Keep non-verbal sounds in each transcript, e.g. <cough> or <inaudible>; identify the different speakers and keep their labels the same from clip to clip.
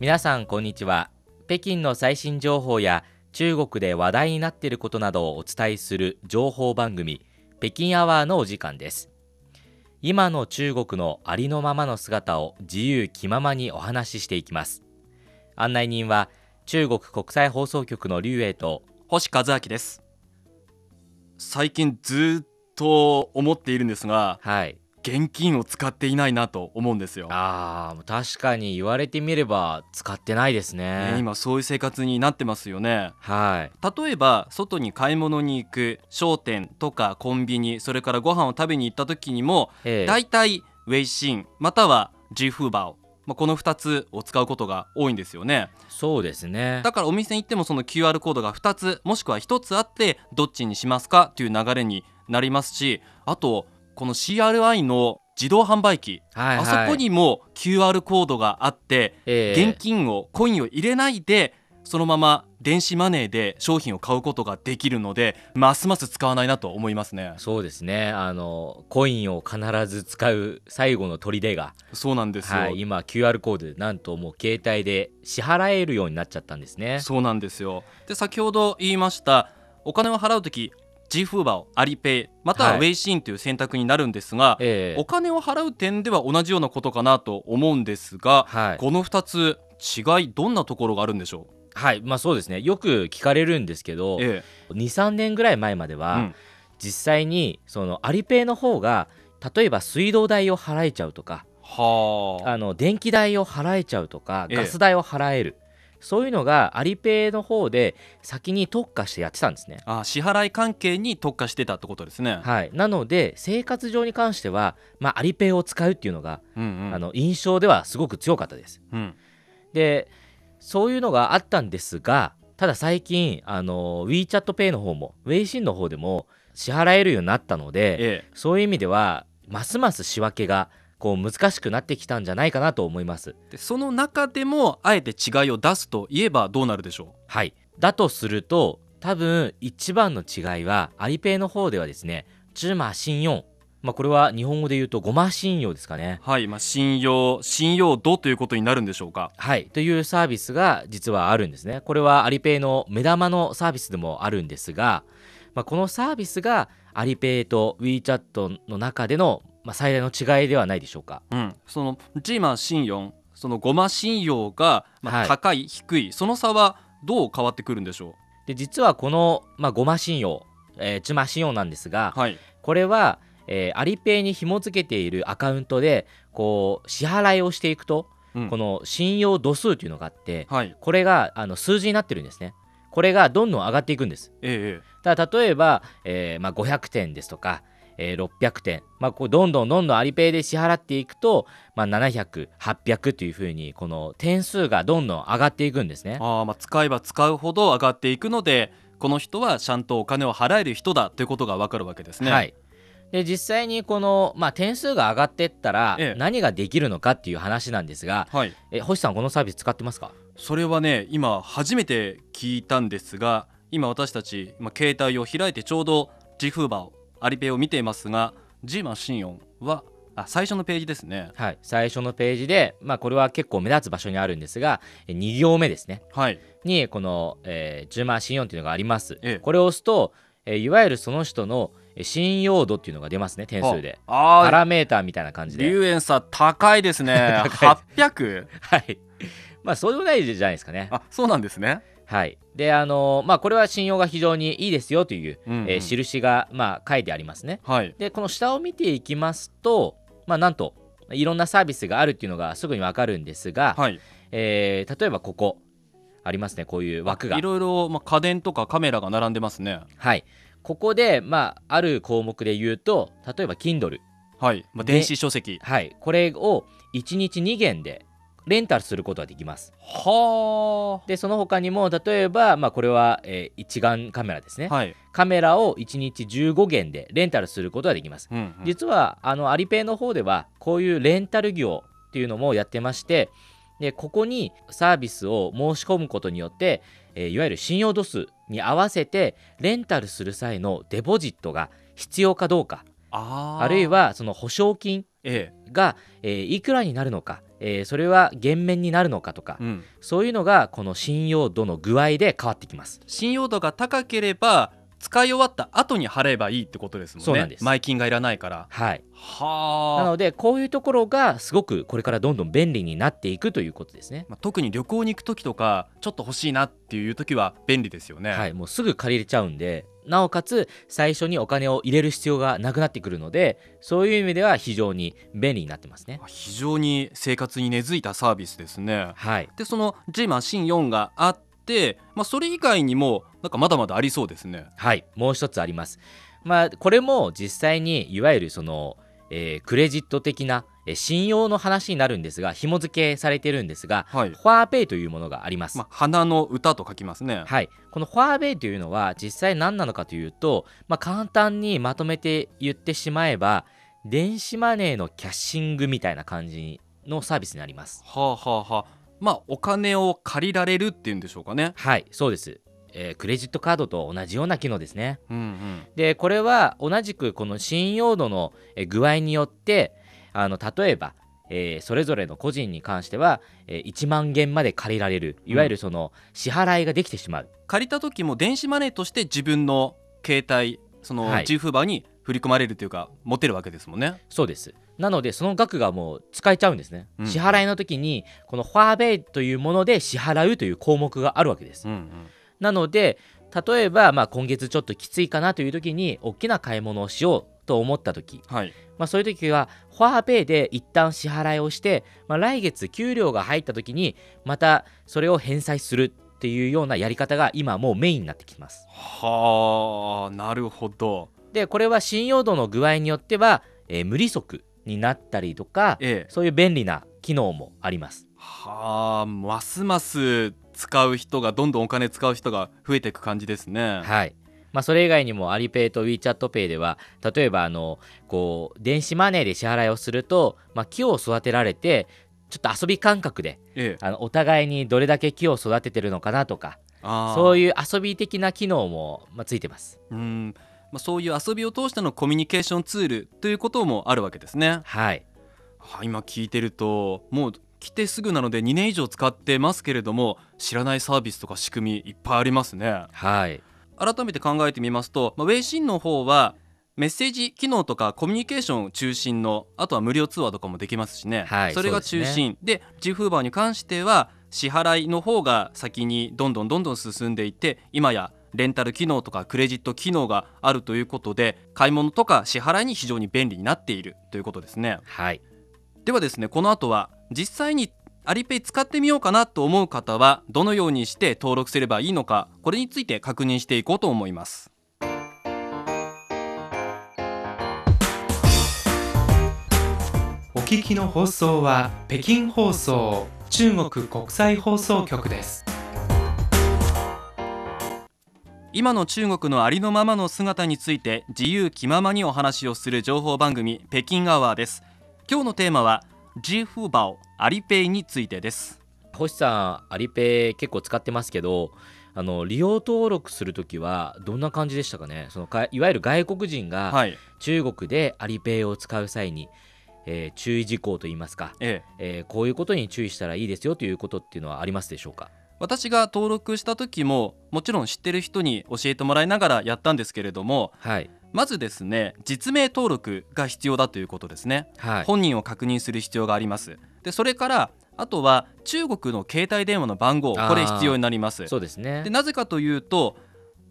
Speaker 1: 皆さんこんにちは北京の最新情報や中国で話題になっていることなどをお伝えする情報番組北京アワーのお時間です今の中国のありのままの姿を自由気ままにお話ししていきます案内人は中国国際放送局の劉英と
Speaker 2: 星和明です最近ずっと思っているんですが
Speaker 1: はい
Speaker 2: 現金を使っていないなと思うんですよ、
Speaker 1: あー確かに言われてみれば使ってないですね
Speaker 2: ね今そういう生活になってますよね
Speaker 1: はい
Speaker 2: 例えば外に買い物に行く商店とかコンビニそれからご飯を食べに行った時にも
Speaker 1: ええ
Speaker 2: だいたいウェイシンまたはジフーバオまあこの2つを使うことが多いんですよね
Speaker 1: そうですね
Speaker 2: だからお店に行ってもその QR コードが2つもしくは1つあってどっちにしますかという流れになりますしあとこの CRI の自動販売機、
Speaker 1: はいはい
Speaker 2: あそこにも QR コードがあって、
Speaker 1: ええ
Speaker 2: 現金をコインを入れないでそのまま電子マネーで商品を買うことができるのでますます使わないなと思いますね
Speaker 1: そうですねあのコインを必ず使う最後の砦が、
Speaker 2: そうなんですよ、
Speaker 1: はい、今 QR コードでなんともう携帯で支払えるようになっちゃったんですね
Speaker 2: そうなんですよで先ほど言いましたお金を払う時 G フーバーをアリペイまたは
Speaker 1: は
Speaker 2: ウ
Speaker 1: い
Speaker 2: ェイシーンという選択になるんですが、
Speaker 1: ええ
Speaker 2: お金を払う点では同じようなことかなと思うんですが、
Speaker 1: はい、
Speaker 2: この2つ違いどんなところがあるんでしょう、
Speaker 1: はい、まあそうですねよく聞かれるんですけど
Speaker 2: え
Speaker 1: 23年ぐらい前まで
Speaker 2: え
Speaker 1: は、
Speaker 2: うん
Speaker 1: 実際にそのアリペイの方が例えば水道代を払えちゃうとか
Speaker 2: はあ
Speaker 1: あの電気代を払えちゃうとか
Speaker 2: ええ
Speaker 1: ガス代を払える、そういうのがアリペイの方で先に特化してやってたんですね。
Speaker 2: あ支払い関係に特化してたってことですね。
Speaker 1: はい、なので生活上に関しては、まあ、アリペイを使うっていうのが、
Speaker 2: うんうん
Speaker 1: あの印象ではすごく強かったです。
Speaker 2: うん
Speaker 1: でそういうのがあったんですがただ最近あの WeChatPay の方も Weixin の方でも支払えるようになったので
Speaker 2: ええ
Speaker 1: そういう意味ではますます仕分けがこう難しくなってきたんじゃないかなと思います。
Speaker 2: でその中でもあえて違いを出すといえばどうなるでしょ
Speaker 1: はい、だとすると多分一番の違いはアリペイの方ではですね「中馬信用」まあ、これは日本語で言うと「ごま信用」ですかね。
Speaker 2: うはい、まあ、信用信用度ということになるんでしょうか。
Speaker 1: はい、というサービスが実はあるんですね。これはアリペイの目玉のサービスでもあるんですが、まあ、このサービスがアリペイと WeChat の中での、まあ、最大の違いではないでしょうか。
Speaker 2: うん、そのジーマ信用そのゴマ信用が、まあ
Speaker 1: はい
Speaker 2: 高い低いその差はどう変わってくるんでしょ
Speaker 1: で実はこの、まあ、ごま信用、えー、チュマ信用なんですが
Speaker 2: う、はい
Speaker 1: これは、えーアリペイに紐付けているアカウントでこう支払いをしていくと、
Speaker 2: うん
Speaker 1: この信用度数というのがあって、
Speaker 2: はい
Speaker 1: これがあの数字になってるんですね。これがどんどん上がっていくんです。
Speaker 2: ええ
Speaker 1: だから例えば、えーまあ、500点ですとか、えー600点、まあ、こうどんどんどんどんアリペイで支払っていくと、まあ、700800というふうにこの点数がどんどん上がっていくんですね。
Speaker 2: あーまあ使えば使うほど上がっていくのでこの人はちゃんとお金を払える人だということがわかるわけですね。
Speaker 1: はい、で実際にこの、まあ、点数が上がっていったら
Speaker 2: ええ
Speaker 1: 何ができるのかっていう話なんですが、
Speaker 2: はい、
Speaker 1: え星さんこのサービス使ってますか
Speaker 2: それはね今初めて聞いたんですが今私たち、まあ、携帯を開いてちょうどジフーバーをアリペイを見ていますがジーマ信用はあ最初のページですね。
Speaker 1: はい、最初のページで、まあ、これは結構目立つ場所にあるんですが2行目ですね
Speaker 2: はい
Speaker 1: にこの、えー、10万信用っていうのがあります、
Speaker 2: ええ
Speaker 1: これを押すと、えーいわゆるその人のえー信用度っていうのが出ますね点数で
Speaker 2: ああー
Speaker 1: パラメーターみたいな感じで
Speaker 2: 龍炎さん高いですね
Speaker 1: <laughs> 高
Speaker 2: 800
Speaker 1: はい <laughs> まあそうでもないじゃないですかね
Speaker 2: あそうなんですね、
Speaker 1: はいであのーまあこれは信用が非常にいいですよという、
Speaker 2: うんうん
Speaker 1: えー印がまあ書いてありますね
Speaker 2: はい
Speaker 1: でこの下を見ていきますとまあなんといろんなサービスがあるっていうのがすぐにわかるんですが、
Speaker 2: はい
Speaker 1: えー例えばここありますねこういう枠が
Speaker 2: いろいろ、まあ、家電とかカメラが並んでますね
Speaker 1: はい、ここで、まあ、ある項目で言うと例えば Kindle、
Speaker 2: はい、まあ、
Speaker 1: で
Speaker 2: 電子書籍
Speaker 1: はい、これを1日2元でレンタルすることができます
Speaker 2: は
Speaker 1: でその他にも例えば、まあ、これは、えー一眼カメラですね、
Speaker 2: あはい、
Speaker 1: カメラを1日15元でレンタルすることができます
Speaker 2: うんうん
Speaker 1: 実はあのアリペイの方ではこういうレンタル業っていうのもやってましてでここにサービスを申し込むことによって、えーいわゆる信用度数に合わせてレンタルする際のデポジットが必要かどうか
Speaker 2: あ
Speaker 1: あ
Speaker 2: ー
Speaker 1: るいはその保証金
Speaker 2: ええ
Speaker 1: が、えーいくらになるのか、えーそれは減免になるのかとか、
Speaker 2: うん、
Speaker 1: そういうのがこの信用度の具合で変わってきます。
Speaker 2: 信用度が高ければ使い終わった後に払えばいいってことですもんね
Speaker 1: そうなんです
Speaker 2: 前金がいらないから
Speaker 1: はい、な
Speaker 2: はあ、
Speaker 1: のでこういうところがすごくこれからどんどん便利になっていくということですね。
Speaker 2: まあ、特に旅行に行く時とかちょっと欲しいなっていう時は便利ですよね、
Speaker 1: はい、もうすぐ借りれちゃうんでなおかつ最初にお金を入れる必要がなくなってくるのでそういう意味では非常に便利になってますね。
Speaker 2: 非常に生活に根付いたサービスですね
Speaker 1: はい、
Speaker 2: でその G マシン4があって、まあ、それ以外にもなんかまだまだありそうですね
Speaker 1: はい、もう一つあります。まあ、これも実際にいわゆるその、えークレジット的な、えー信用の話になるんですが紐付けされてるんですが、
Speaker 2: はい
Speaker 1: ファーペイというものがあります。
Speaker 2: まあ、花の歌と書きますね
Speaker 1: はい、このファーベイというのは実際何なのかというと、まあ、簡単にまとめて言ってしまえば電子マネーのキャッシングみたいな感じのサービスになります。
Speaker 2: はあはあはあまあお金を借りられるっていうんでしょうかね
Speaker 1: はい、そうです、えークレジットカードと同じような機能ですね。
Speaker 2: うんうん
Speaker 1: でこれは同じくこの信用度のえー具合によってあの例えば、えーそれぞれの個人に関しては、えー1万元まで借りられるいわゆるその支払いができてしまう、
Speaker 2: 借りた時も電子マネーとして自分の携帯その
Speaker 1: はい
Speaker 2: G フーバーに振り込まれるというか持てるわけですもんね
Speaker 1: そうですなのでその額がもう使えちゃうんですね、
Speaker 2: うん
Speaker 1: 支払いの時にこのファーベイというもので支払うという項目があるわけです、
Speaker 2: うんうん
Speaker 1: なので例えば、まあ、今月ちょっときついかなという時に大きな買い物をしようと思った時
Speaker 2: はい
Speaker 1: まあ、そういう時はファーペイで一旦支払いをして、まあ、来月給料が入った時にまたそれを返済するっていうようなやり方が今もうメインになってきます
Speaker 2: はあなるほど
Speaker 1: でこれは信用度の具合によっては、えー無利息になったりとか
Speaker 2: ええ
Speaker 1: そういう便利な機能もあります
Speaker 2: はあますます使う人がどんどんお金使う人が増えていく感じですね
Speaker 1: はいまあ、それ以外にもアリペイと WeChatPay では例えばあのこう電子マネーで支払いをすると、まあ、木を育てられてちょっと遊び感覚で
Speaker 2: ええ
Speaker 1: あのお互いにどれだけ木を育ててるのかなとか
Speaker 2: あ
Speaker 1: そう
Speaker 2: いう
Speaker 1: いう遊び的な機能も、まあ、ついてます。
Speaker 2: うん、まあ、そういう遊びを通してのコミュニケーションツールということもあるわけですね
Speaker 1: はい、
Speaker 2: はい今聞いてるともう来てすぐなので2年以上使ってますけれども知らないサービスとか仕組みいっぱいありますね
Speaker 1: はい、
Speaker 2: 改めて考えてみますと、まあ、ウェイシンの方はメッセージ機能とかコミュニケーション中心のあとは無料通話とかもできますしね、
Speaker 1: はい
Speaker 2: それが中心で,、ジフーバーに関しては支払いの方が先にどんどんどんどん進んでいて今やレンタル機能とかクレジット機能があるということで買い物とか支払いに非常に便利になっているということですね。
Speaker 1: はい、
Speaker 2: ではですねこの後は実際にアリペイ使ってみようかなと思う方はどのようにして登録すればいいのかこれについて確認していこうと思います
Speaker 3: お聞きの放送は北京放送中国国際放送局です。
Speaker 2: 今の中国のありのままの姿について自由気ままにお話をする情報番組北京アワーです今日のテーマは G フーバオアリペイについてです
Speaker 1: 星さん、アリペイ結構使ってますけど、あの利用登録するときはどんな感じでしたかね。そのかいわゆる外国人が
Speaker 2: はい、
Speaker 1: 中国でアリペイを使う際に、えー注意事項といいますか、
Speaker 2: ええ、
Speaker 1: えーこういうことに注意したらいいですよということっていうのはありますでしょうか。
Speaker 2: 私が登録した時ももちろん知ってる人に教えてもらいながらやったんですけれども
Speaker 1: はい、
Speaker 2: まずですね実名登録が必要だということですね
Speaker 1: はい、
Speaker 2: 本人を確認する必要がありますでそれからあとは中国の携帯電話の番号
Speaker 1: あー
Speaker 2: これ必要になります
Speaker 1: そうですね
Speaker 2: で。なぜかというと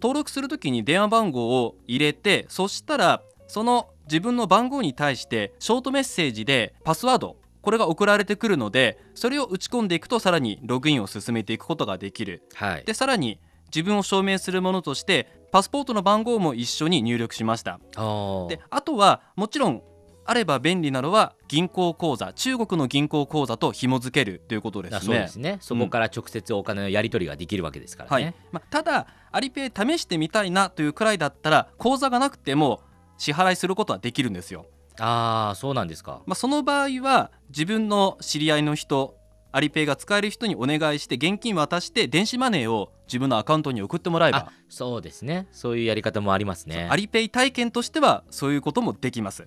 Speaker 2: 登録するときに電話番号を入れてそしたらその自分の番号に対してショートメッセージでパスワードこれが送られてくるのでそれを打ち込んでいくとさらにログインを進めていくことができる
Speaker 1: はい、
Speaker 2: でさらに自分を証明するものとしてパスポートの番号も一緒に入力しました
Speaker 1: あー
Speaker 2: であとはもちろんあれば便利なのは銀行口座中国の銀行口座と紐付けるということですね。
Speaker 1: あそうですね。そこから直接お金のやり取りができるわけですからね。
Speaker 2: はいまあ、ただアリペイ試してみたいなというくらいだったら口座がなくても支払いすることはできるんですよ。
Speaker 1: ああ、そうなんですか。
Speaker 2: まあ、その場合は自分の知り合いの人アリペイが使える人にお願いして現金渡して電子マネーを自分のアカウントに送ってもらえば
Speaker 1: あ、そうですね。そういうやり方もありますね
Speaker 2: ア。リペイ体験としてはそういうこともできます。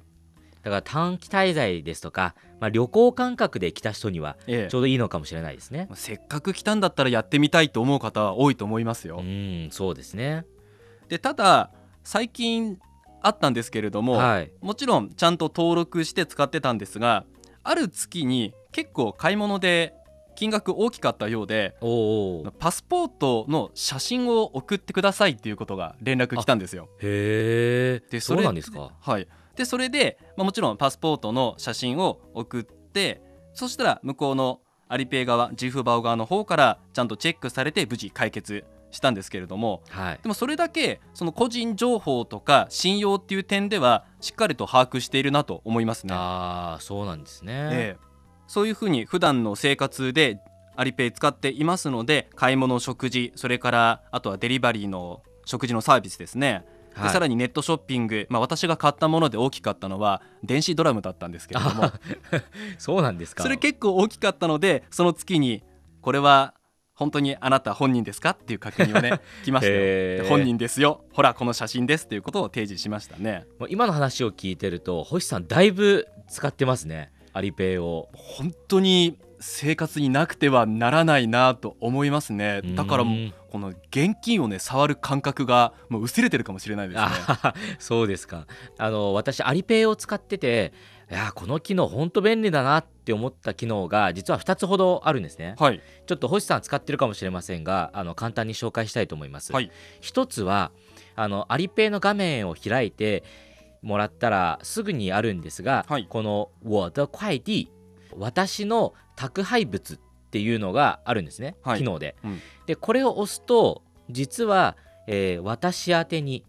Speaker 1: だから短期滞在ですとか、まあ、旅行感覚で来た人には
Speaker 2: え
Speaker 1: ちょうどいいのかもしれないですね
Speaker 2: え、せっかく来たんだったらやってみたいと思う方は多いと思いますよ、
Speaker 1: うんそうですね
Speaker 2: でただ最近あったんですけれども、
Speaker 1: はい
Speaker 2: もちろんちゃんと登録して使ってたんですがある月に結構買い物で金額大きかったようで
Speaker 1: おうおう
Speaker 2: パスポートの写真を送ってくださいっていうことが連絡来たんですよ。
Speaker 1: へえ
Speaker 2: で
Speaker 1: そうなんですか
Speaker 2: はい、でそれで、まあ、もちろんパスポートの写真を送ってそしたら向こうのアリペイ側ジフバオ側の方からちゃんとチェックされて無事解決したんですけれども
Speaker 1: はい
Speaker 2: でもそれだけその個人情報とか信用っていう点ではしっかりと把握しているなと思いますね。
Speaker 1: ああそうなんですね、
Speaker 2: ええそういうふうに普段の生活でアリペイ使っていますので買い物食事それからあとはデリバリーの食事のサービスですね、で
Speaker 1: はい
Speaker 2: さらにネットショッピング、まあ、私が買ったもので大きかったのは電子ドラムだったんですけ
Speaker 1: <laughs>
Speaker 2: れども
Speaker 1: あそうなんですか
Speaker 2: それ結構大きかったのでその月にこれは本当にあなた本人ですかっていう確認を
Speaker 1: <laughs>
Speaker 2: ね来ましたよ
Speaker 1: へえ
Speaker 2: で本人ですよほらこの写真ですっていうことを提示しましたね
Speaker 1: もう今の話を聞いてると星さんだいぶ使ってますねアリペイを
Speaker 2: 本当に生活になくてはならないなと思いますねだからもう
Speaker 1: うん
Speaker 2: この現金をね触る感覚がもう薄れてるかもしれないですね。
Speaker 1: あそうですかあの私アリペイを使ってていやーこの機能ほんと便利だなって思った機能が実は2つほどあるんですね
Speaker 2: はい、
Speaker 1: ちょっと星さん使ってるかもしれませんがあの簡単に紹介したいと思います、
Speaker 2: はい
Speaker 1: 一つはあのアリペイの画面を開いてもらったらすぐにあるんですが、
Speaker 2: はい
Speaker 1: この「我的快递」私の宅配物っていうのがあるんですね、
Speaker 2: はい
Speaker 1: 機能で、
Speaker 2: うん
Speaker 1: でこれを押すと実は、えー私宛てに、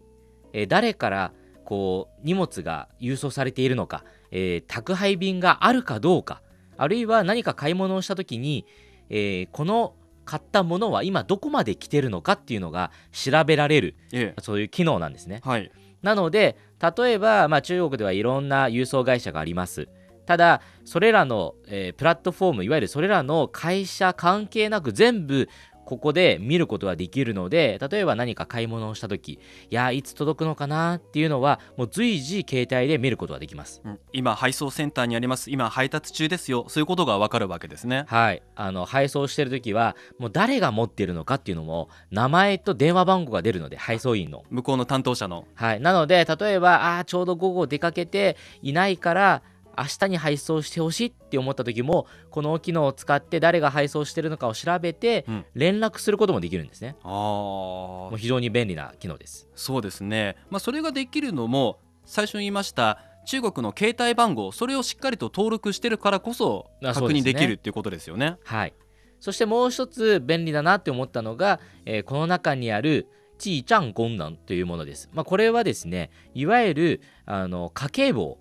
Speaker 1: えー誰からこう荷物が郵送されているのか、えー宅配便があるかどうかあるいは何か買い物をした時に、えーこの買ったものは今どこまで来てるのかっていうのが調べられる
Speaker 2: え
Speaker 1: そういう機能なんですね
Speaker 2: え、はい、
Speaker 1: なので例えば、まあ、中国ではいろんな郵送会社がありますただそれらの、えープラットフォームいわゆるそれらの会社関係なく全部ここで見ることができるので例えば何か買い物をした時いやいつ届くのかなっていうのはもう随時携帯で見ることができます
Speaker 2: うん今配送センターにあります今配達中ですよそういうことがわかるわけですね。
Speaker 1: はい、あの配送してる時はもう誰が持ってるのかっていうのも名前と電話番号が出るので配送員の。
Speaker 2: 向こうの担当者の
Speaker 1: はい、なので例えばあーちょうど午後出かけていないから明日に配送してほしいって思った時もこの機能を使って誰が配送してるのかを調べて
Speaker 2: うん
Speaker 1: 連絡することもできるんですね。
Speaker 2: あ
Speaker 1: もう
Speaker 2: あ
Speaker 1: 非常に便利な機能です。
Speaker 2: そうですね、まあ、それができるのも最初に言いました中国の携帯番号それをしっかりと登録してるからこそ
Speaker 1: あ
Speaker 2: 確
Speaker 1: そうです
Speaker 2: 認
Speaker 1: ね
Speaker 2: できるっていうことですよね。
Speaker 1: はい、そしてもう一つ便利だなって思ったのが、えーこの中にある記账功能というものです、まあ、これはですねいわゆるあの家計簿を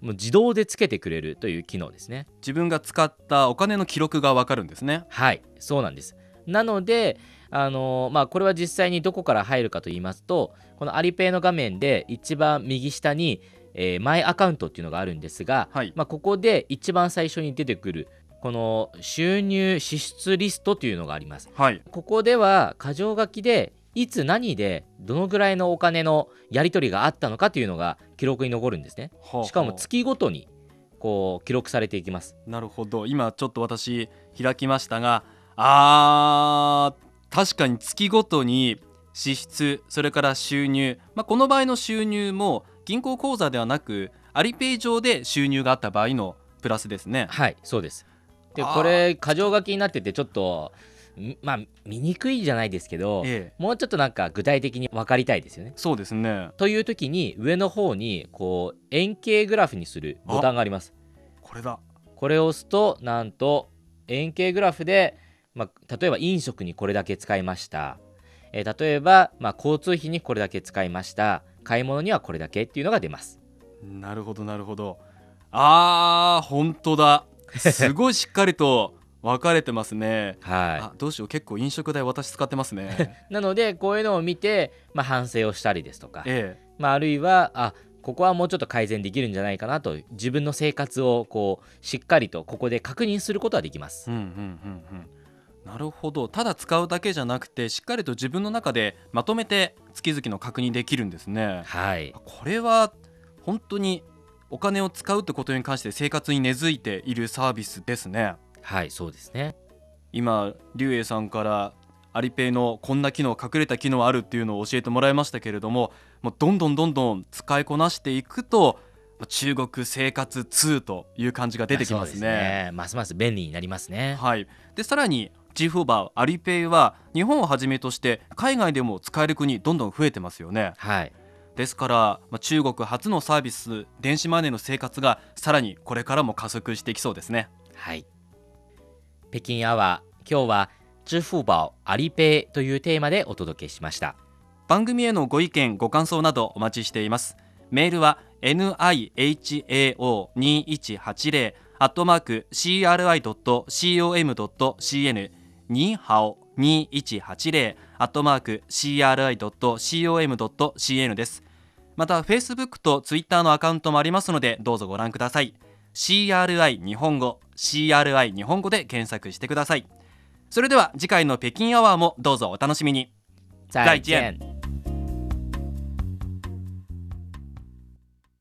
Speaker 1: もう自動でつけてくれるという機能ですね
Speaker 2: 自分が使ったお金の記録がわかるんですね。
Speaker 1: はいそうなんですなのであのまあ、これは実際にどこから入るかと言いますとこのアリペイの画面で一番右下に、えーマイアカウントっていうのがあるんですが、
Speaker 2: はい、
Speaker 1: まあ、ここで一番最初に出てくるこの収入支出リストというのがあります
Speaker 2: はい、
Speaker 1: ここでは箇条書きでいつ何でどのぐらいのお金のやり取りがあったのかというのが記録に残るんですね。
Speaker 2: はあ
Speaker 1: しかも
Speaker 2: はあ
Speaker 1: 月ごとにこう記録されていきます。
Speaker 2: なるほど今ちょっと私開きましたがあー確かに月ごとに支出それから収入、まあ、この場合の収入も銀行口座ではなくアリペイ上で収入があった場合のプラスですね
Speaker 1: はい、そうです。で、
Speaker 2: あー
Speaker 1: これ箇条書きになっててちょっとんまあ見にくいじゃないですけど、
Speaker 2: ええ
Speaker 1: もうちょっとなんか具体的に分かりたいですよね。
Speaker 2: そうですね
Speaker 1: という時に上の方にこう円形グラフにするボタンがあります。
Speaker 2: これだ
Speaker 1: これを押すとなんと円形グラフで、まあ、例えば飲食にこれだけ使いました、えー例えば、まあ、交通費にこれだけ使いました買い物にはこれだけっていうのが出ます
Speaker 2: なるほどなるほどあー本当だすごいしっか
Speaker 1: <laughs>
Speaker 2: りと分かれてますね
Speaker 1: は
Speaker 2: あどうしよう結構飲食代私使ってますね
Speaker 1: いなのでこういうのを見て、まあ、反省をしたりですとか、
Speaker 2: ええ
Speaker 1: まあ、あるいはあここはもうちょっと改善できるんじゃないかなと自分の生活をこうしっかりとここで確認することはできます
Speaker 2: うんうんうんうん、なるほどただ使うだけじゃなくてしっかりと自分の中でまとめて月々の確認できるんですね
Speaker 1: はい
Speaker 2: これは本当にお金を使うってことに関して生活に根付いているサービスですね
Speaker 1: はいそうですね
Speaker 2: 今竜英さんからアリペイのこんな機能隠れた機能あるっていうのを教えてもらいましたけれどももうどんどんどんどん使いこなしていくとまあ中国生活2という感じが出てきます
Speaker 1: そうです
Speaker 2: ね。
Speaker 1: ねますます便利になりますね
Speaker 2: はい、でさらに G フーバーアリペイは日本をはじめとして海外でも使える国どんどん増えてますよね。
Speaker 1: はい
Speaker 2: ですから、まあ、中国初のサービス電子マネーの生活がさらにこれからも加速していきそうですね。
Speaker 1: はい。北京アワー、今日は、支付宝、アリペイというテーマでお届けしました。
Speaker 2: 番組へのご意見ご感想などお待ちしていますメールは nihao2180 アットマーク cri.com.cn にハオ2180アットマーク cri.com.cn ですまた Facebook と Twitter のアカウントもありますのでどうぞご覧ください CRI 日本語 CRI 日本語で検索してくださいそれでは次回の北京アワーもどうぞお楽しみに再见